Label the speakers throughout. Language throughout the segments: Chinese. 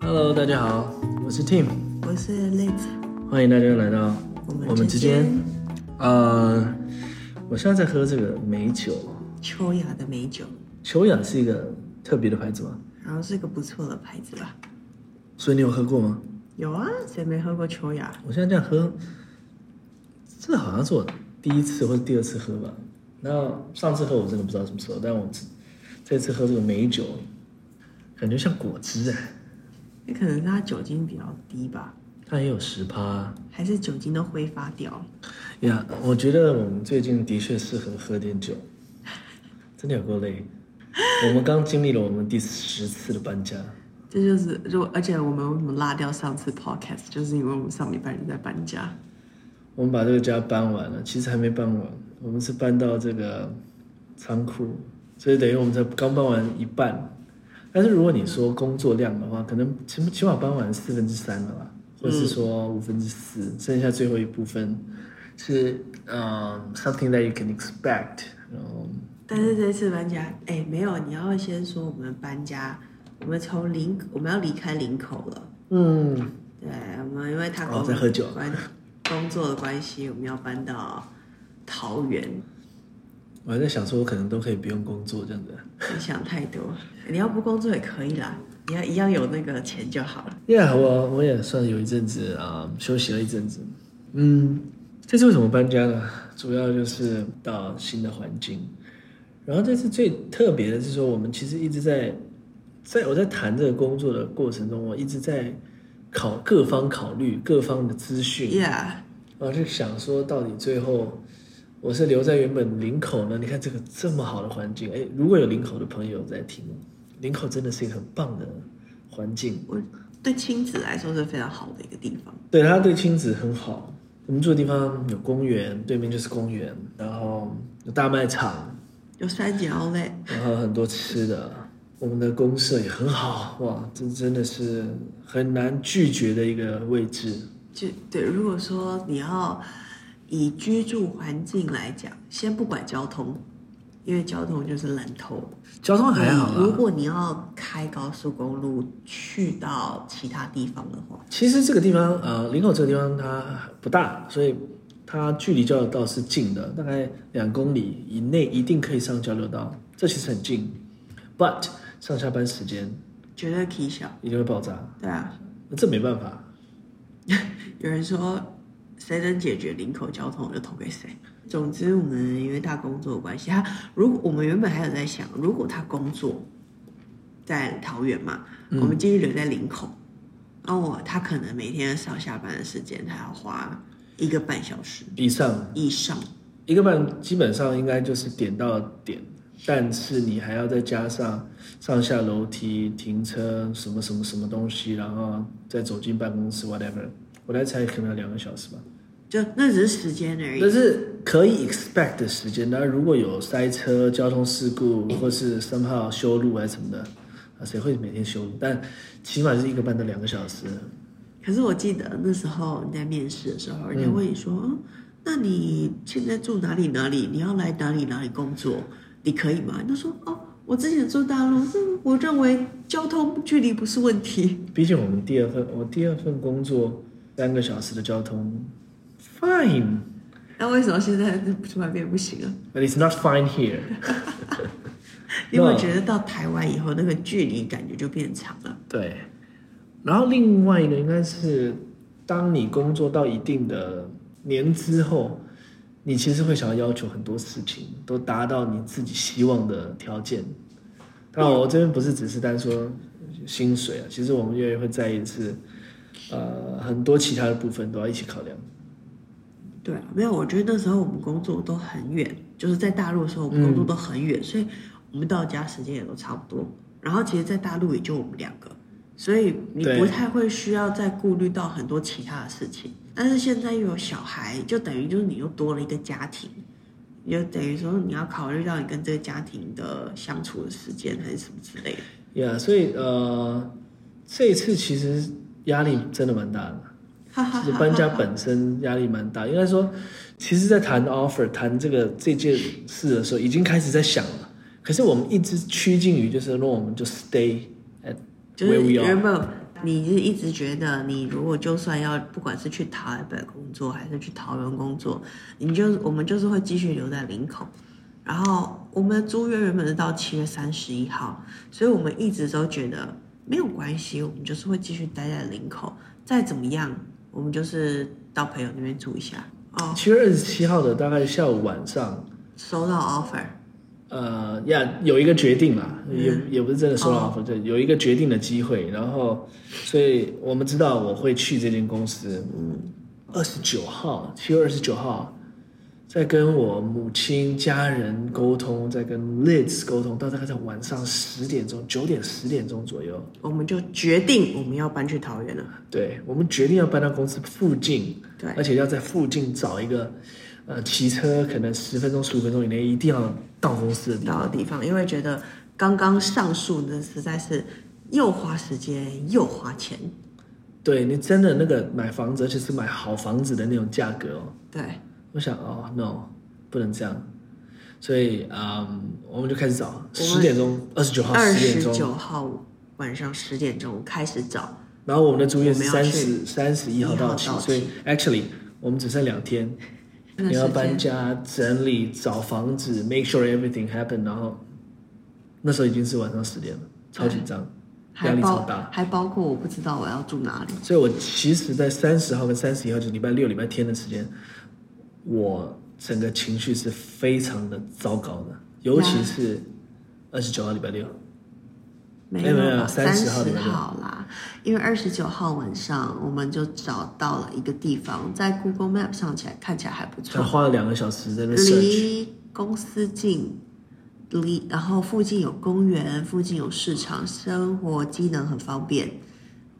Speaker 1: Hello，大家好，我是 Tim，
Speaker 2: 我是 l i z
Speaker 1: 欢迎大家来到
Speaker 2: 们
Speaker 1: 我们之间。呃，我现在在喝这个美酒，
Speaker 2: 秋雅的美酒，
Speaker 1: 秋雅是一个特别的牌子吗？
Speaker 2: 然后是个不错的牌子吧？
Speaker 1: 所以你有喝过吗？
Speaker 2: 有啊，谁没喝过秋雅？
Speaker 1: 我现在这样喝，这好像是我第一次或者第二次喝吧。那上次喝我真的不知道什么时候，但我这这次喝这个美酒，感觉像果汁哎，
Speaker 2: 也可能是它酒精比较低吧，
Speaker 1: 它也有十趴、
Speaker 2: 还是酒精都挥发掉了？
Speaker 1: 呀我觉得我们最近的确适合喝点酒，真的有够累。我们刚经历了我们第十次的搬家，
Speaker 2: 这就是，如果而且我们为什么落掉上次 podcast，就是因为我们上礼拜人在搬家，
Speaker 1: 我们把这个家搬完了，其实还没搬完，我们是搬到这个仓库，所以等于我们才刚搬完一半。但是如果你说工作量的话，可能起起码搬完四分之三了啦，或是说五分之四，剩下最后一部分是嗯、something that you can expect，然后
Speaker 2: 但是这次搬家，哎，没有，你要先说我们搬家，我们从林，我们要离开林口了，
Speaker 1: 嗯。
Speaker 2: 对，我们因为他
Speaker 1: 哦
Speaker 2: 工
Speaker 1: 在喝酒
Speaker 2: 关工作的关系，我们要搬到桃园，
Speaker 1: 我还在想说，我可能都可以不用工作这样子。
Speaker 2: 你想太多，你要不工作也可以啦，你要一样有那个钱就好了。
Speaker 1: Yeah，我我也算有一阵子啊、休息了一阵子。嗯，这次为什么搬家呢？主要就是到新的环境。然后这次最特别的是说，我们其实一直在，在我在谈这个工作的过程中，我一直在考各方考虑各方的资讯。
Speaker 2: Yeah，
Speaker 1: 我就哦想说，到底最后我是留在原本林口呢？你看这个这么好的环境，哎，如果有林口的朋友在听，林口真的是一个很棒的环境，
Speaker 2: 我对亲子来说是非常好的一个地方。
Speaker 1: 对他对亲子很好。我们住的地方有公园，对面就是公园，然后有大卖场，
Speaker 2: 有三井奥莱，
Speaker 1: 然后很多吃的。我们的公社也很好，哇，这真的是很难拒绝的一个位置。
Speaker 2: 就对。如果说你要以居住环境来讲，先不管交通，因为交通就是烂透。
Speaker 1: 交通还好啦，啊
Speaker 2: 如果你要开高速公路去到其他地方的话，
Speaker 1: 其实这个地方，呃，林口这个地方它不大，所以它距离交流道是近的，大概两公里以内一定可以上交流道，这其实很近。But 上下班时间
Speaker 2: 绝对可以小。
Speaker 1: 一定会爆炸，
Speaker 2: 对啊，
Speaker 1: 这没办法。
Speaker 2: 有人说，谁能解决林口交通，我就投给谁。总之，我们因为他工作的关系，他如果我们原本还有在想，如果他工作在桃园嘛，我们继续留在林口，那我他可能每天上下班的时间，他要花一个半小时
Speaker 1: 以上
Speaker 2: 以上。
Speaker 1: 一个半基本上应该就是点到点，但是你还要再加上上下楼梯、停车什么什么什么东西，然后再走进办公室，whatever。我来猜可能要两个小时吧。
Speaker 2: 就那只是时间而
Speaker 1: 但
Speaker 2: 已，
Speaker 1: 是可以 expect 的时间，那如果有塞车、交通事故，或是 somehow 修路还是什么的，啊，谁会每天修路？但起码是一个半到两个小时。
Speaker 2: 可是我记得那时候你在面试的时候，人家问你说、嗯那你现在住哪里哪里？你要来哪里哪里工作？你可以吗？”你就说：“哦，我之前住大陆，这我认为交通距离不是问题。
Speaker 1: 毕竟我们第二份，我第二份工作三个小时的交通，fine，”
Speaker 2: 那为什么现在突然变不行了？
Speaker 1: but it's not fine here
Speaker 2: 你有没有觉得到台湾以后那个距离感觉就变长了？
Speaker 1: 对，然后另外一个应该是，当你工作到一定的年资后，你其实会想要要求很多事情都达到你自己希望的条件。当然，我这边不是只是单说薪水啊，其实我们越来越会在意的是，呃，很多其他的部分都要一起考量。
Speaker 2: 对啊，没有，我觉得那时候我们工作都很远，就是在大陆的时候我们工作都很远，所以我们到家时间也都差不多。然后其实，在大陆也就我们两个，所以你
Speaker 1: 对
Speaker 2: 不太会需要再顾虑到很多其他的事情。但是现在又有小孩，就等于就是你又多了一个家庭，你就等于说你要考虑到你跟这个家庭的相处的时间还是什么之类的。
Speaker 1: Yeah，所以呃，这一次其实压力真的蛮大的。
Speaker 2: 哈哈
Speaker 1: 其实
Speaker 2: 哈
Speaker 1: 搬家
Speaker 2: 哈
Speaker 1: 本身压力蛮大，应该说，其实，在谈 offer 谈这个这件事的时候，已经开始在想了。可是我们一直趋近于就是，那我们就 stay at
Speaker 2: 就是
Speaker 1: where we are。
Speaker 2: 原本你是一直觉得，你如果就算要不管是去台北工作还是去桃园工作，你就我们就是会继续留在林口。然后我们的租约原本是到七月三十一号，所以我们一直都觉得没有关系，我们就是会继续待在林口，再怎么样，我们就是到朋友那边住一下。哦，
Speaker 1: 七月二十七号的大概下午晚上，
Speaker 2: 收到 offer，
Speaker 1: 呃呀，有一个决定啦，
Speaker 2: 嗯
Speaker 1: 也也不是真的收到
Speaker 2: 哦
Speaker 1: offer，、对，有一个决定的机会。然后，所以我们知道我会去这间公司。
Speaker 2: 嗯，
Speaker 1: 二十九号，七月二十九号，在跟我母亲、家人沟通，在跟 Liz 沟通，到大概在晚上十点钟、九点、十点钟左右，
Speaker 2: 我们就决定我们要搬去桃园了。
Speaker 1: 对我们决定要搬到公司附近，
Speaker 2: 对，
Speaker 1: 而且要在附近找一个，呃，骑车可能十分钟、十五分钟以内一定要到公司的地
Speaker 2: 到
Speaker 1: 方
Speaker 2: 的。地方，因为觉得刚刚上述呢实在是又花时间又花钱，
Speaker 1: 对你真的那个买房子，而且是买好房子的那种价格哦，
Speaker 2: 对，
Speaker 1: 我想哦，no，不能这样，所以嗯，我们就开始找，
Speaker 2: 我
Speaker 1: 十
Speaker 2: 们
Speaker 1: 点钟、二十九号、
Speaker 2: 二
Speaker 1: 十点
Speaker 2: 十
Speaker 1: 钟，
Speaker 2: 九号晚上十点钟开始找，
Speaker 1: 然后我们的租约
Speaker 2: 我
Speaker 1: 是
Speaker 2: 们要
Speaker 1: 三
Speaker 2: 去
Speaker 1: 十三十一号到期
Speaker 2: 1号到，期
Speaker 1: 所以 actually 我们只剩两天，
Speaker 2: 那个
Speaker 1: 你要
Speaker 2: 时
Speaker 1: 搬
Speaker 2: 间
Speaker 1: 家、整理、找房子，make sure everything happen，然后那时候已经是晚上十点了，超紧张，压
Speaker 2: 还
Speaker 1: 力超
Speaker 2: 包
Speaker 1: 大。
Speaker 2: 还包括我不知道我要住哪里，
Speaker 1: 所以我其实，在三十号跟三十一号，就是礼拜六、礼拜天的时间，我整个情绪是非常的糟糕的，尤其是二十九号礼拜六。
Speaker 2: 没
Speaker 1: 没有没有
Speaker 2: 有三
Speaker 1: 30
Speaker 2: 十
Speaker 1: 号的那个
Speaker 2: 号啦，因为二十九号晚上我们就找到了一个地方，在 Google Map 上起来看起来还不
Speaker 1: 他
Speaker 2: 错，
Speaker 1: 花了两个小时在那 search，
Speaker 2: 离公司近，离然后附近有公园，附近有市场，生活机能很方便。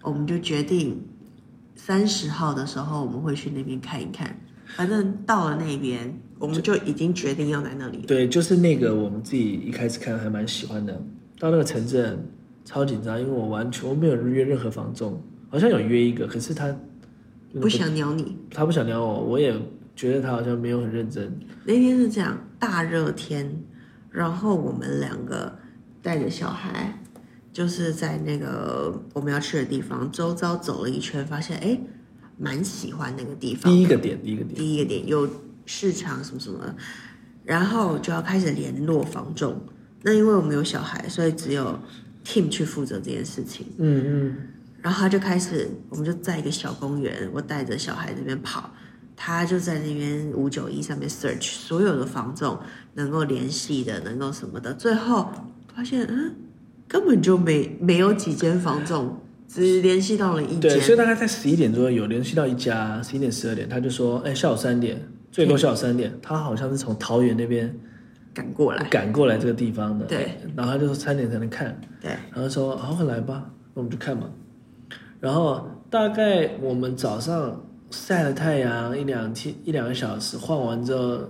Speaker 2: 我们就决定三十号的时候我们会去那边看一看。反正到了那边，我们就已经决定要来那里了。
Speaker 1: 对，就是那个我们自己一开始看还蛮喜欢的。到那个城镇超紧张，因为我完全我没有约任何房仲，好像有约一个，可是他
Speaker 2: 不想鸟你。
Speaker 1: 他不想聊我，我也觉得他好像没有很认真。
Speaker 2: 那天是这样，大热天，然后我们两个带着小孩，就是在那个我们要去的地方周遭走了一圈，发现哎，诶蛮喜欢那个地方。
Speaker 1: 第一个点，第一个点，
Speaker 2: 第一个点有市场什么什么的，然后就要开始联络房仲。那因为我们有小孩，所以只有 Tim 去负责这件事情。
Speaker 1: 嗯嗯，
Speaker 2: 然后他就开始，我们就在一个小公园，我带着小孩这边跑，他就在那边五九一上面 search 所有的房仲能够联系的，能够什么的，最后发现嗯，根本就没没有几间房仲，只联系到了一
Speaker 1: 对，
Speaker 2: 间。
Speaker 1: 所以大概在十一点左右有联系到一家，十一点十二点，他就说，哎，下午三点，最多下午三点，他好像是从桃园那边
Speaker 2: 赶过来，
Speaker 1: 赶过来这个地方的，
Speaker 2: 对，
Speaker 1: 然后他就说三点才能看，
Speaker 2: 对，
Speaker 1: 然后说好，我来吧，那我们就看嘛。然后大概我们早上晒了太阳一两天一两个小时，晃完之后，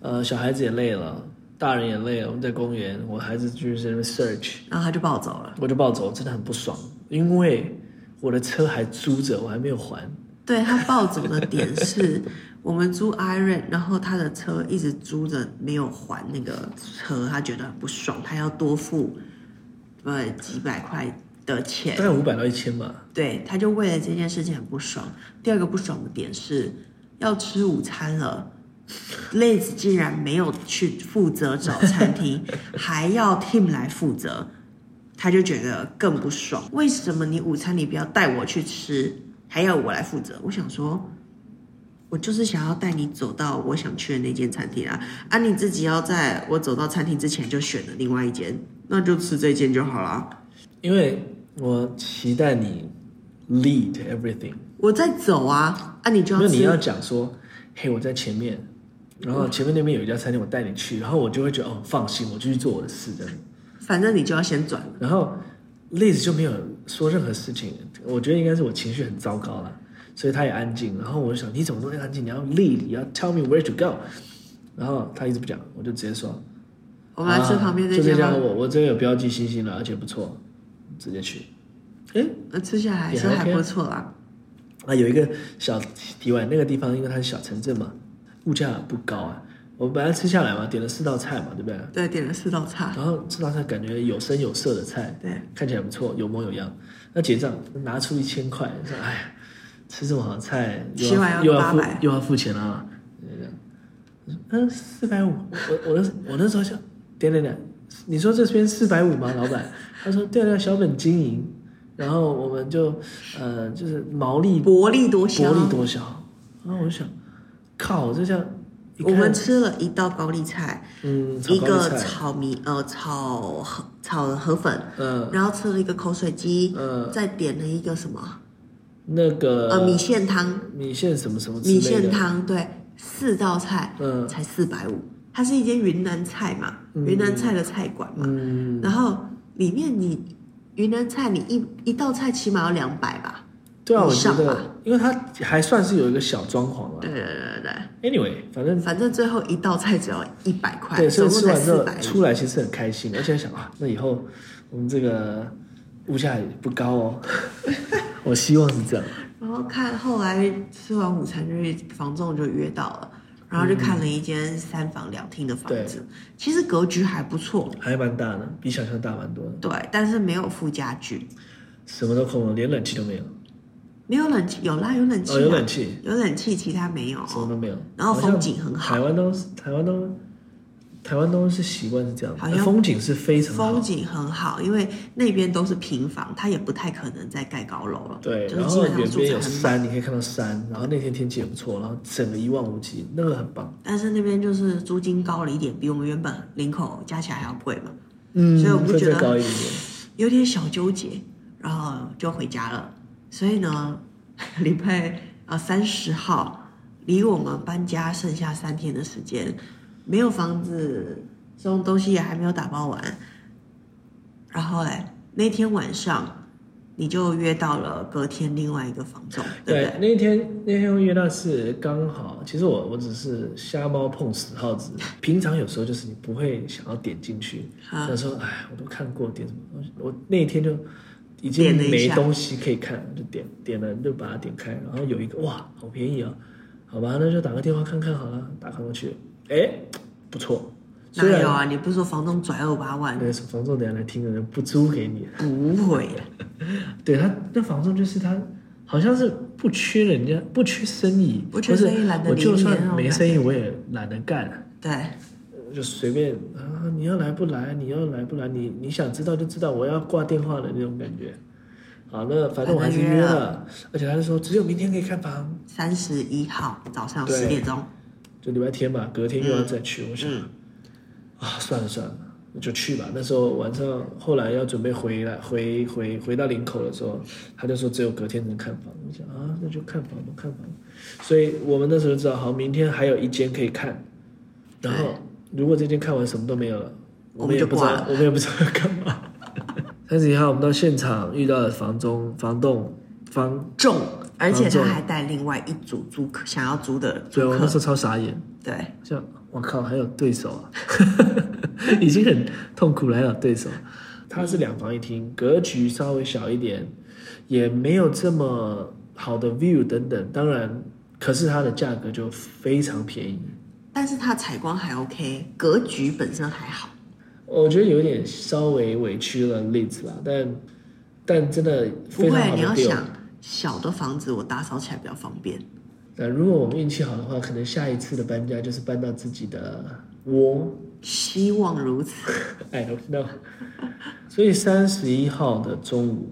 Speaker 1: 呃，小孩子也累了，大人也累了，我们在公园，我孩子继续在那边 search，
Speaker 2: 然后他就抱走了。
Speaker 1: 我就暴走，真的很不爽，因为我的车还租着，我还没有还。
Speaker 2: 对他暴走的点是，我们租 Iron，然后他的车一直租着没有还那个车，他觉得很不爽，他要多付呃几百块的钱
Speaker 1: 大。概五百到一千吧。
Speaker 2: 对，他就为了这件事情很不爽。第二个不爽的点是，要吃午餐了 l 子竟然没有去负责找餐厅，还要 Tim 来负责，他就觉得更不爽。为什么你午餐你不要带我去吃，还要我来负责？我想说。我就是想要带你走到我想去的那间餐厅啊！啊，你自己要在我走到餐厅之前就选了另外一间，那就吃这间就好了。
Speaker 1: 因为我期待你 lead everything，
Speaker 2: 我在走啊，啊，你就
Speaker 1: 因
Speaker 2: 要
Speaker 1: 为
Speaker 2: 吃
Speaker 1: 你要讲说，嘿，我在前面，然后前面那边有一家餐厅，我带你去，然后我就会觉得哦，放心，我就去做我的事这样。
Speaker 2: 反正你就要先转。
Speaker 1: 然后 Liz 就没有说任何事情，我觉得应该是我情绪很糟糕了，所以她也安静。然后我就想，你怎么那么安静？你要 lead，你要 tell me where to go。然后她一直不讲，我就直接说，
Speaker 2: 我们来吃旁边
Speaker 1: 啊
Speaker 2: 这
Speaker 1: 就这
Speaker 2: 间
Speaker 1: 家，
Speaker 2: 吧，
Speaker 1: 我我这边有标记星星了，而且不错，直接去。诶。
Speaker 2: 呃，吃下来
Speaker 1: 也
Speaker 2: 是还
Speaker 1: OK 啊
Speaker 2: 不错啦。
Speaker 1: 啊，有一个小题外，那个地方因为它是小城镇嘛，物价不高啊，我们本来吃下来嘛，点了四道菜嘛，对不对？
Speaker 2: 对，点了四道菜，
Speaker 1: 然后这道菜感觉有声有色的菜，
Speaker 2: 对，
Speaker 1: 看起来不错，有模有样。那结账拿出一千块，说：“哎呀，吃这么好的菜，又
Speaker 2: 吃完要
Speaker 1: 又要付
Speaker 2: 800
Speaker 1: 又要付钱啊。”嗯，四百五。我我那我那时候想，点点点，你说这边四百五吗，老板？ 他说：“对对，小本经营。”然后我们就呃，就是毛利
Speaker 2: 薄利多销
Speaker 1: 薄。利多销。然后我就想，靠，这下一
Speaker 2: 我
Speaker 1: 看
Speaker 2: 们吃了一道高丽菜，
Speaker 1: 嗯，炒
Speaker 2: 一
Speaker 1: 高丽
Speaker 2: 个
Speaker 1: 菜
Speaker 2: 炒米呃炒河炒河粉，
Speaker 1: 嗯
Speaker 2: 然后吃了一个口水鸡，
Speaker 1: 嗯，
Speaker 2: 再点了一个什么
Speaker 1: 那个
Speaker 2: 呃米线汤，
Speaker 1: 米线什么什么之类
Speaker 2: 米
Speaker 1: 的
Speaker 2: 线，汤对，四道菜
Speaker 1: 嗯
Speaker 2: 才四百五，它是一间云南菜嘛，
Speaker 1: 嗯
Speaker 2: 云南菜的菜馆嘛，
Speaker 1: 嗯，
Speaker 2: 然后里面你云南菜你一一道菜起码要两百吧，
Speaker 1: 对啊，
Speaker 2: 以
Speaker 1: 我觉
Speaker 2: 上吧
Speaker 1: 得，因为它还算是有一个小装潢
Speaker 2: 对
Speaker 1: 啊。
Speaker 2: 对对对
Speaker 1: Anyway，反
Speaker 2: 对，
Speaker 1: 正
Speaker 2: 反正最后一道菜只要一百块，
Speaker 1: 对，所
Speaker 2: 总
Speaker 1: 以
Speaker 2: 共
Speaker 1: 吃
Speaker 2: 才
Speaker 1: 完之
Speaker 2: 四
Speaker 1: 后
Speaker 2: 百
Speaker 1: 出来其实很开心，而且想啊，那以后我们这个物价也不高 哦，我希望是这样。
Speaker 2: 然后看后来吃完午餐，就是房仲就约到了，然后就看了一间三房两厅的房子，其实格局还不错，
Speaker 1: 还蛮大的，比想象大蛮多的，
Speaker 2: 对，但是没有附家具，
Speaker 1: 什么都空了，连冷气都没有，
Speaker 2: 没有冷气，有啦，有冷气、啊
Speaker 1: 哦，有冷气，
Speaker 2: 有冷气，其他没有哦。
Speaker 1: 什么都没有。
Speaker 2: 然后
Speaker 1: 好像
Speaker 2: 风景很好
Speaker 1: 台湾都是台湾都台湾都是习惯是这样的，
Speaker 2: 好像
Speaker 1: 风景是非常好
Speaker 2: 风景很好，因为那边都是平房，它也不太可能再盖高楼了。
Speaker 1: 对，
Speaker 2: 就
Speaker 1: 然
Speaker 2: 是基
Speaker 1: 后
Speaker 2: 本上
Speaker 1: 远
Speaker 2: 住
Speaker 1: 边
Speaker 2: 宅
Speaker 1: 有
Speaker 2: 很满，
Speaker 1: 山，你可以看到山，然后那天天气也不错，然后整个一望无际，那个很棒。
Speaker 2: 但是那边就是租金高了一点，比我们原本林口加起来还要贵嘛，
Speaker 1: 嗯
Speaker 2: 所以我不
Speaker 1: 会
Speaker 2: 觉
Speaker 1: 再
Speaker 2: 得
Speaker 1: 高一点点。
Speaker 2: 有点小纠结，然后就回家了。所以呢， 礼拜呃三十号离我们搬家剩下三天的时间，没有房子，这种东西也还没有打包完。然后嘞，那天晚上你就约到了隔天另外一个房仲，对不对？
Speaker 1: 那天那天约到是刚好，其实我我只是瞎猫碰死耗子，平常有时候就是你不会想要点进去，
Speaker 2: 啊，
Speaker 1: 那时候哎我都看过点什么东西，我那天就已
Speaker 2: 点
Speaker 1: 经
Speaker 2: 了一
Speaker 1: 没
Speaker 2: 下
Speaker 1: 东西可以看了，就点点了就把它点开，然后有一个哇好便宜啊，好吧那就打个电话看看好了，打过去，哎不错，
Speaker 2: 哪
Speaker 1: 虽然
Speaker 2: 有啊？你不是说房东拽二八万？
Speaker 1: 那是房仲等下来听的人不租给你。
Speaker 2: 不会啦，
Speaker 1: 对他，那房仲就是他，好像是不缺人家，不缺生意，
Speaker 2: 不缺生意
Speaker 1: 或者
Speaker 2: 懒得啊
Speaker 1: 我
Speaker 2: 理你
Speaker 1: 就
Speaker 2: 那
Speaker 1: 算
Speaker 2: 种
Speaker 1: 没
Speaker 2: 感
Speaker 1: 生意，我也懒得干，啊
Speaker 2: 对。
Speaker 1: 就随便啊，你要来不来？你要来不来？你你想知道就知道，我要挂电话的那种感觉。好，那反正我还是约
Speaker 2: 反正约啊
Speaker 1: 了，而且他就说只有明天可以看房，
Speaker 2: 三十一号早上
Speaker 1: 对
Speaker 2: 十点钟，
Speaker 1: 就礼拜天吧，隔天又要再去。我想
Speaker 2: 嗯，
Speaker 1: 啊，算了算了，那就去吧。那时候晚上后来要准备回来，回回回到林口的时候，他就说只有隔天能看房。我想啊，那就看房吧，看房。所以我们那时候就知道，好，明天还有一间可以看。然后如果这间看完什么都没有了，
Speaker 2: 我们
Speaker 1: 们也
Speaker 2: 就
Speaker 1: 不知道，
Speaker 2: 挂了
Speaker 1: 我们也不知道要干嘛。 三十一号，我们到现场遇到了房中、房东、房，
Speaker 2: 重，而且他
Speaker 1: 嗯重
Speaker 2: 还带另外一组租客想要租的
Speaker 1: 对
Speaker 2: 租
Speaker 1: 我那
Speaker 2: 客，
Speaker 1: 时候超傻眼，
Speaker 2: 对，
Speaker 1: 像我靠，还有对手啊， 已经很痛苦了，还有对手。它是两房一厅，格局稍微小一点，也没有这么好的 view 等等。当然，可是它的价格就非常便宜，
Speaker 2: 但是他采光还 OK，格局本身还好，
Speaker 1: 我觉得有点稍微委屈了 Liz 啦，但但真的
Speaker 2: 不
Speaker 1: 非常
Speaker 2: 会，
Speaker 1: 好
Speaker 2: 你
Speaker 1: 的
Speaker 2: 要
Speaker 1: deal。
Speaker 2: 想小的房子我打扫起来比较方便，
Speaker 1: 那如果我们运气好的话，可能下一次的搬家就是搬到自己的窝，
Speaker 2: 希望如此。
Speaker 1: I don't know。所以三十一号的中午，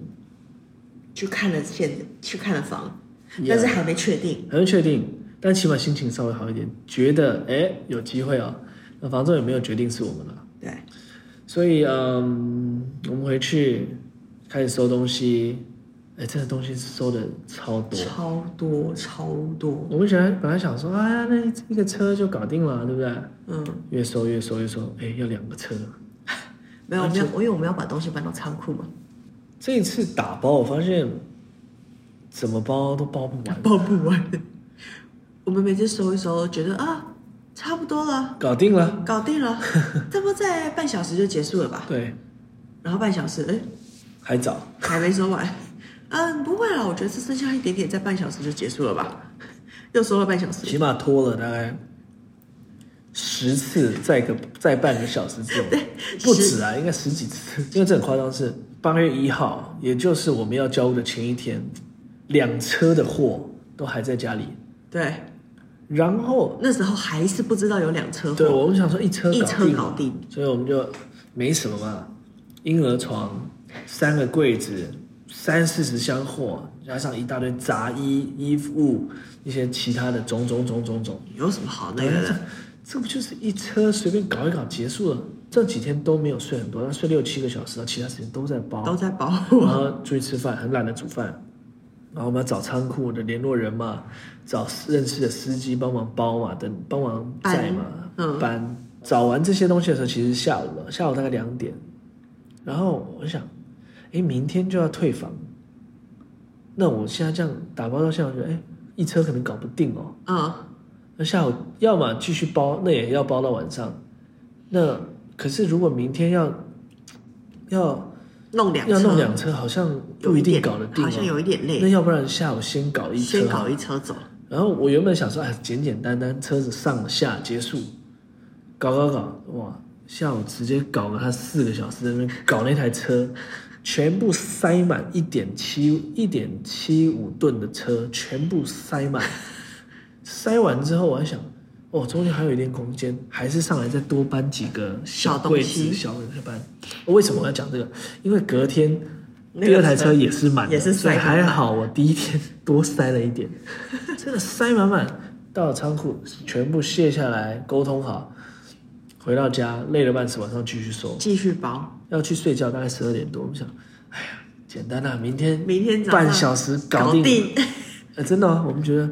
Speaker 2: 去看了现，去看了房
Speaker 1: Yeah
Speaker 2: 但是还没确定，
Speaker 1: 还没确定，但起码心情稍微好一点，觉得哎有机会啊、那房仲也没有决定是我们了，
Speaker 2: 对，
Speaker 1: 所以嗯，我们回去开始收东西，哎，这个东西收的超多。
Speaker 2: 超多超多，
Speaker 1: 我们本来本来想说，哎呀，那一个车就搞定了，对不对？
Speaker 2: 嗯，
Speaker 1: 越收越收越收，哎，要两个车。
Speaker 2: 没有
Speaker 1: 而
Speaker 2: 没
Speaker 1: 且
Speaker 2: 有，因为我们要把东西搬到仓库 嘛，
Speaker 1: 这一次打包，我发现怎么包都包不完，
Speaker 2: 抱不完。我们每次收一收，觉得啊，差不多了。
Speaker 1: 搞定了。
Speaker 2: 搞定了， 这不在半小时就结束了吧？
Speaker 1: 对，
Speaker 2: 然后半小时，哎，
Speaker 1: 还早。
Speaker 2: 还没收完。 嗯，不会啦，我觉得只剩下一点点， 在半小时就结束了吧？又收了半小时，
Speaker 1: 起码拖了大概十次在个在半个小时之内，不止啊，应该十几次。因为这很夸张，是八月一号，也就是我们要交屋的前一天，两车的货都还在家里，
Speaker 2: 对，
Speaker 1: 然后
Speaker 2: 那时候还是不知道有两车
Speaker 1: 对
Speaker 2: 祸，
Speaker 1: 我们想说一车
Speaker 2: 一车
Speaker 1: 定
Speaker 2: 搞定，
Speaker 1: 所以我们就没什么嘛，婴儿床、三个柜子、三四十箱货，加上一大堆杂衣、衣物、一些其他的种种种种种，
Speaker 2: 有什么好那
Speaker 1: 对
Speaker 2: 个
Speaker 1: 这
Speaker 2: 的？
Speaker 1: 这不就是一车随便搞一搞结束了？这几天都没有睡很多，但睡六七个小时，其他时间都在包，
Speaker 2: 都在保
Speaker 1: 然
Speaker 2: 我。
Speaker 1: 后出去吃饭，很懒得煮饭，然后我们要找仓库的联络人嘛，找认识的司机帮忙包嘛，等帮忙载嘛，
Speaker 2: 搬嗯
Speaker 1: 搬。找完这些东西的时候，其实是下午了，下午大概两点。然后我想，哎，明天就要退房，那我现在这样打包到下午，觉得哎，一车可能搞不定哦。
Speaker 2: 嗯，
Speaker 1: 那下午要么继续包，那也要包到晚上。那可是如果明天要要
Speaker 2: 弄两车，
Speaker 1: 要弄两车，好像不
Speaker 2: 有
Speaker 1: 一定
Speaker 2: 点
Speaker 1: 搞得定、
Speaker 2: 好像
Speaker 1: 哦。
Speaker 2: 有一点
Speaker 1: 那
Speaker 2: 累，
Speaker 1: 要不然下午先搞一车
Speaker 2: 啊先
Speaker 1: 好
Speaker 2: 搞
Speaker 1: 了。
Speaker 2: 一车走。
Speaker 1: 然后我原本想说，哎，简简单单车子上下结束，搞搞搞，哇，下午直接搞了他四个小时在那边搞那台车，全部塞满一点七一点七五吨的车，全部塞满。塞完之后，我还想，哦，中间还有一点空间，还是上来再多搬几个
Speaker 2: 小东
Speaker 1: 柜
Speaker 2: 西
Speaker 1: 子、小柜子搬。为什么我要讲这个？因为隔天
Speaker 2: 那
Speaker 1: 第
Speaker 2: 个
Speaker 1: 二台车也是满的，
Speaker 2: 也是
Speaker 1: 所以
Speaker 2: 塞
Speaker 1: 还
Speaker 2: 满
Speaker 1: 好我第一天多塞了一点， 真的塞满满。到了仓库全部卸下来，沟通好，回到家累了半死，晚上继续收，
Speaker 2: 继续包，
Speaker 1: 要去睡觉，大概十二点多。我们想，哎呀，简单啊，明天
Speaker 2: 明天早上
Speaker 1: 半小时
Speaker 2: 搞
Speaker 1: 定。呃，真的、哦，我们觉得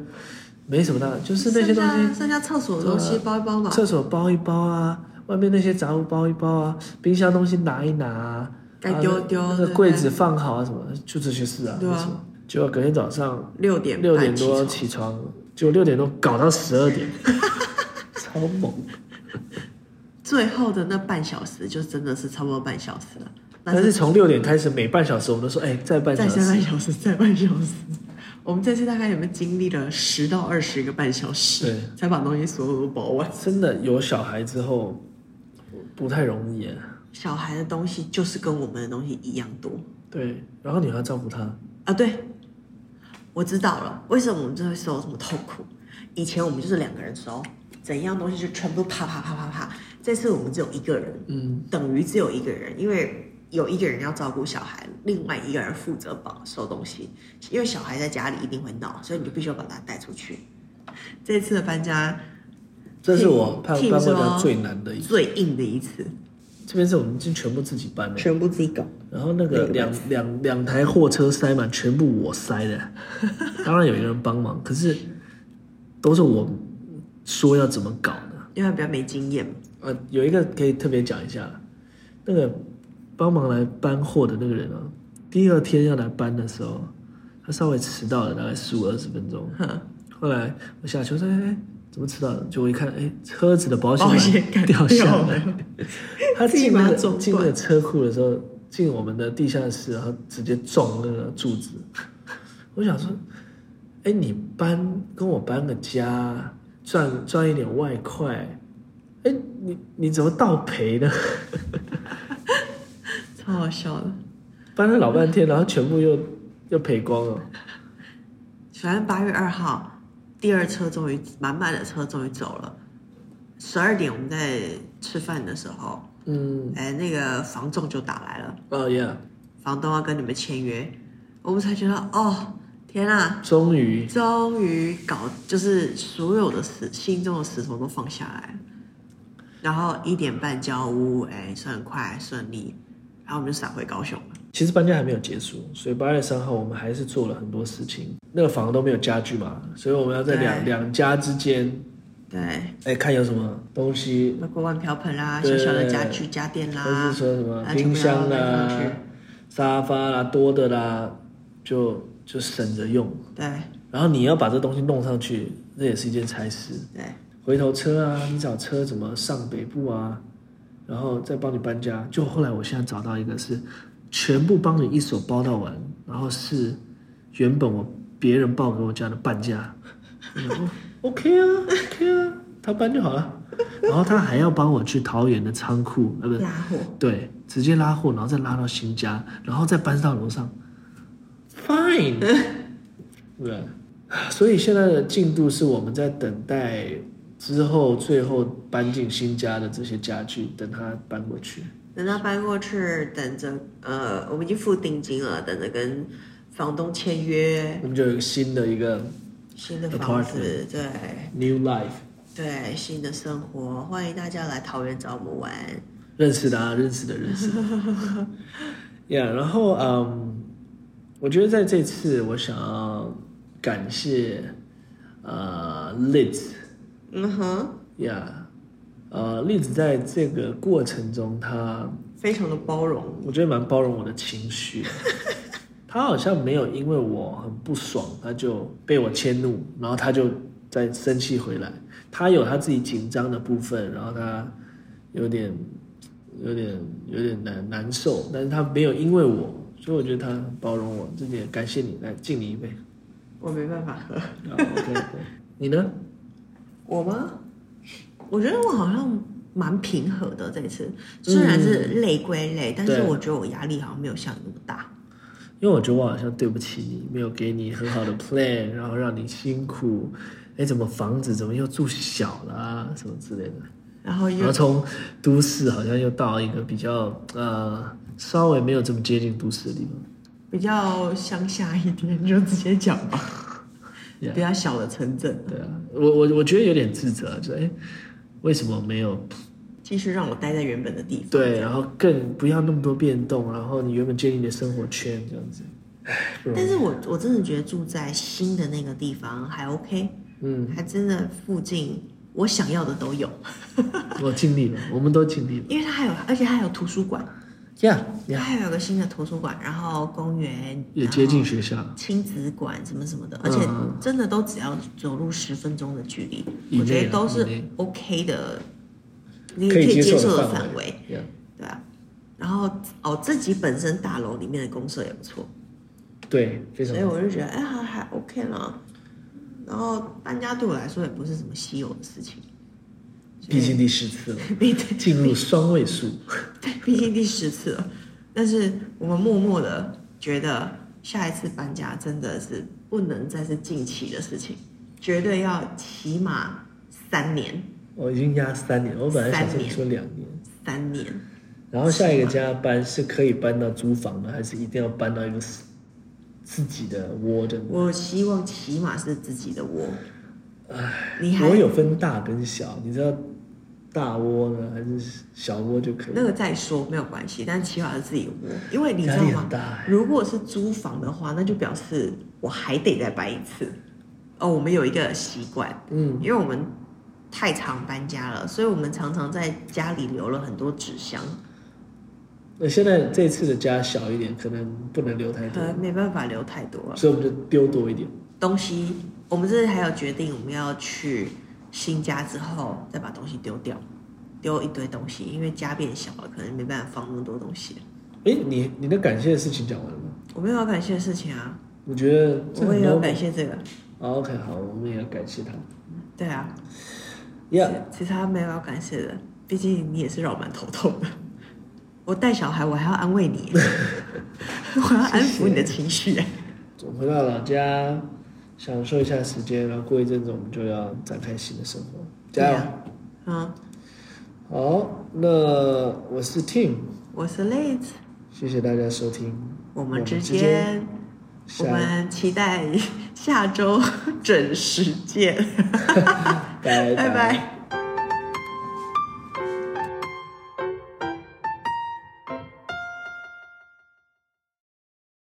Speaker 1: 没什么大，就是那些东西
Speaker 2: 剩下剩下厕所的东西包一包吧。
Speaker 1: 厕所包一包啊，外面那些杂物包一包啊，冰箱东西拿一拿啊，
Speaker 2: 该
Speaker 1: 然后
Speaker 2: 丢
Speaker 1: 那
Speaker 2: 丢
Speaker 1: 那个
Speaker 2: 对
Speaker 1: 柜
Speaker 2: 该
Speaker 1: 子放好啊，什么就这些事啊，
Speaker 2: 对啊
Speaker 1: 没什么。结果隔天早上
Speaker 2: 六点
Speaker 1: 啊六点
Speaker 2: 半起
Speaker 1: 多
Speaker 2: 床
Speaker 1: 起床，结果六点多搞到十二 点，超猛。
Speaker 2: 最后的那半小时就真的是差不多半小时了。那
Speaker 1: 但是从六点开始，每半小时我们都说，哎，再半小
Speaker 2: 再下
Speaker 1: 时，
Speaker 2: 半小时，再半小时。我们这次大概有没有经历了十到二十个半小时，
Speaker 1: 对
Speaker 2: 才把东西所有都包完？
Speaker 1: 真的有小孩之后不太容易耶。
Speaker 2: 小孩的东西就是跟我们的东西一样多
Speaker 1: 对，然后你还要照顾他，
Speaker 2: 啊！对，我知道了，为什么我们就会受这么痛苦？以前我们就是两个人收，怎样东西就全部啪啪啪啪啪。这次我们只有一个人，
Speaker 1: 嗯，
Speaker 2: 等于只有一个人，因为有一个人要照顾小孩，另外一个人负责帮收东西。因为小孩在家里一定会闹，所以你就必须要把他带出去。这次的搬家
Speaker 1: 这是我搬
Speaker 2: 听
Speaker 1: 搬过
Speaker 2: 说
Speaker 1: 家最难的一次。
Speaker 2: 最硬的一次，
Speaker 1: 这边是我们已经全部自己搬的，
Speaker 2: 全部自己搞。
Speaker 1: 然后那个两两两台货车塞满，全部我塞的， 当然有一个人帮忙，可是都是我说要怎么搞的。
Speaker 2: 因为他比较没经验嘛，
Speaker 1: 呃，有一个可以特别讲一下，那个帮忙来搬货的那个人啊，第二天要来搬的时候，他稍微迟到了大概十五二十分钟。后来我下去我说：“哎、哎怎么迟到了？”就我一看，哎、车子的保险
Speaker 2: 保险
Speaker 1: 栏
Speaker 2: 杆
Speaker 1: 掉下
Speaker 2: 掉
Speaker 1: 来。
Speaker 2: 了，
Speaker 1: 他进那
Speaker 2: 自己把它
Speaker 1: 个
Speaker 2: 撞
Speaker 1: 进那
Speaker 2: 断
Speaker 1: 个车库的时候，进我们的地下室，然后直接撞那个柱子。 我想说，哎，你搬跟我搬个家，赚赚一点外快，哎，你你怎么倒赔呢？
Speaker 2: 超好笑的。
Speaker 1: 搬了老半天，然后全部又又赔光了。
Speaker 2: 反正八月二号，第二车终于满满的车终于走了。十二点我们在吃饭的时候，
Speaker 1: 嗯，
Speaker 2: 哎，那个房仲就打来了，
Speaker 1: 哦、yeah，
Speaker 2: 房东要跟你们签约，我们才觉得哦，天啊，
Speaker 1: 终于
Speaker 2: 终于搞就是所有的石心中的石头都放下来了。然后一点半交屋，哎，算快顺利，然后我们就闪回高雄了。
Speaker 1: 其实搬家还没有结束，所以八月三号我们还是做了很多事情。那个房都没有家具嘛，所以我们要在两
Speaker 2: 对
Speaker 1: 两家之间，
Speaker 2: 对，
Speaker 1: 哎，看有什么东西
Speaker 2: 那锅碗瓢盆啦，小
Speaker 1: 对
Speaker 2: 小的家具家电
Speaker 1: 或是
Speaker 2: 啦，
Speaker 1: 说什么
Speaker 2: 啊
Speaker 1: 冰箱
Speaker 2: 全部要
Speaker 1: 啦
Speaker 2: 放上去、
Speaker 1: 沙发啦、多的啦，就就省着用。
Speaker 2: 对
Speaker 1: 然后你要把这东西弄上去，那也是一件差事。
Speaker 2: 对，
Speaker 1: 回头车啊，你找车怎么上北部啊，然后再帮你搬家。就后来我现在找到一个是全部帮你一手包到完，然后是原本我别人报给我家的半价。我想哦 OK 啊，OK 啊，他搬就好了。然后他还要帮我去桃园的仓库，呃，不是，
Speaker 2: 拉货，
Speaker 1: 对，直接拉货，然后再拉到新家，然后再搬到楼上。Fine，对啊，所以现在的进度是我们在等待之后最后搬进新家的这些家具，等它搬过去。
Speaker 2: 等他搬过去，等着呃，我们已经付定金了，等着跟房东签约
Speaker 1: 我们就有一个新的一个
Speaker 2: 新的房子，对
Speaker 1: new life，
Speaker 2: 对，新的生活，欢迎大家来桃园找我们玩。
Speaker 1: 认识的啊，认识的，认识的。yeah，然后嗯，我觉得在这次我想要感谢呃 Liz。
Speaker 2: 嗯哼，
Speaker 1: 呀，呃，栗子在这个过程中，他
Speaker 2: 非常的包容，
Speaker 1: 我觉得蛮包容我的情绪，他好像没有因为我很不爽，他就被我迁怒，然后他就再生气回来。他有他自己紧张的部分，然后他有点、有点、有点难难受，但是他没有因为我，所以我觉得他很包容我，这点感谢你，来敬你一杯。
Speaker 2: 我没办法喝。
Speaker 1: 啊 OK，, o 你呢？
Speaker 2: 我吗？我觉得我好像蛮平和的这
Speaker 1: 嗯
Speaker 2: 次，虽然是累归累，但是
Speaker 1: 对
Speaker 2: 我觉得我压力好像没有像你那么大。
Speaker 1: 因为我觉得我好像对不起你，没有给你很好的 plan，然后让你辛苦。哎，怎么房子怎么又住小了啊？什么之类的。
Speaker 2: 然后
Speaker 1: 然
Speaker 2: 又
Speaker 1: 后从都市好像又到一个比较呃稍微没有这么接近都市的地方。
Speaker 2: 比较乡下一点，就直接讲吧。
Speaker 1: Yeah
Speaker 2: 比较小的城镇，
Speaker 1: 对啊，我我我觉得有点自责，就哎为什么没有
Speaker 2: 继续让我待在原本的地方。
Speaker 1: 对，然后更不要那么多变动，然后你原本建立你的生活圈这样子。哎，不容易
Speaker 2: 但是我我真的觉得住在新的那个地方还 OK，
Speaker 1: 嗯，
Speaker 2: 还真的附近我想要的都有，
Speaker 1: 我尽力了，我们都尽力了。
Speaker 2: 因为它还有，而且它还有图书馆，
Speaker 1: Yeah
Speaker 2: 它
Speaker 1: yeah，
Speaker 2: 还有个新的图书馆，然后公园
Speaker 1: 也接近学校。
Speaker 2: 亲子馆什么什么的，而且
Speaker 1: 嗯
Speaker 2: 真的都只要走路十分钟的距离，
Speaker 1: 以内啊
Speaker 2: 我觉得都是
Speaker 1: 以内
Speaker 2: OK 的，你
Speaker 1: 可以接受
Speaker 2: 以接
Speaker 1: 的
Speaker 2: 受
Speaker 1: 范
Speaker 2: 范围，
Speaker 1: Yeah。
Speaker 2: 对啊。然后哦，自己本身大楼里面的公社也不错，
Speaker 1: 对，非常
Speaker 2: 所以我就觉得哎还还 OK 了。然后搬家对我来说也不是什么稀有的事情，
Speaker 1: 毕竟第十次 了，
Speaker 2: 毕
Speaker 1: 进入双位数。
Speaker 2: 对， 毕竟第十次了。但是我们默默的觉得，下一次搬家真的是不能再是近期的事情，绝对要起码三年，
Speaker 1: 我已经压三年，我本来想说
Speaker 2: 三
Speaker 1: 你
Speaker 2: 年
Speaker 1: 说两年，
Speaker 2: 三年。
Speaker 1: 然后下一个家搬是可以搬到租房的，还是一定要搬到一个自自己的窝的？
Speaker 2: 我希望起码是自己的窝。你还
Speaker 1: 我有分大跟小，你知道大窝呢还是小窝就可以
Speaker 2: 那？个再说没有关系，但起码是自己的窝，因为你知
Speaker 1: 压
Speaker 2: 道
Speaker 1: 力
Speaker 2: 吗
Speaker 1: 很？大哎、
Speaker 2: 如果是租房的话，那就表示我还得再搬一次。哦，我们有一个习惯，
Speaker 1: 嗯，
Speaker 2: 因为我们太常搬家了，所以我们常常在家里留了很多纸箱，
Speaker 1: 那现在这次的家小一点，可能不能留太多，
Speaker 2: 呃，没办法留太多了
Speaker 1: 所以我们就丢多一点。
Speaker 2: 东西。我们这次还有决定，我们要去新家之后再把东西丢掉，丢一堆东西，因为家变小了，可能没办法放那么多东西。
Speaker 1: 哎，你你的感谢的事情讲完了吗？
Speaker 2: 我没有要感谢的事情啊，
Speaker 1: 我觉得这
Speaker 2: 我
Speaker 1: 很
Speaker 2: 也要
Speaker 1: normal
Speaker 2: 感谢这个，
Speaker 1: 好 OK，好，我们也要感谢他。
Speaker 2: 对啊，
Speaker 1: Yeah，
Speaker 2: 其实他没有要感谢的，毕竟你也是让我蛮头痛的。我带小孩，我还要安慰你， 我要安抚你的情绪。
Speaker 1: 我回到老家，享受一下时间，然后过一阵子我们就要展开新的生活，加油！
Speaker 2: 嗯，
Speaker 1: 好，那我是 Tim，
Speaker 2: 我是 Late，
Speaker 1: 谢谢大家收听，
Speaker 2: 我们之
Speaker 1: 之间
Speaker 2: 间，啊我
Speaker 1: 下
Speaker 2: 们期 待下周准时见，
Speaker 1: 拜
Speaker 2: 拜拜。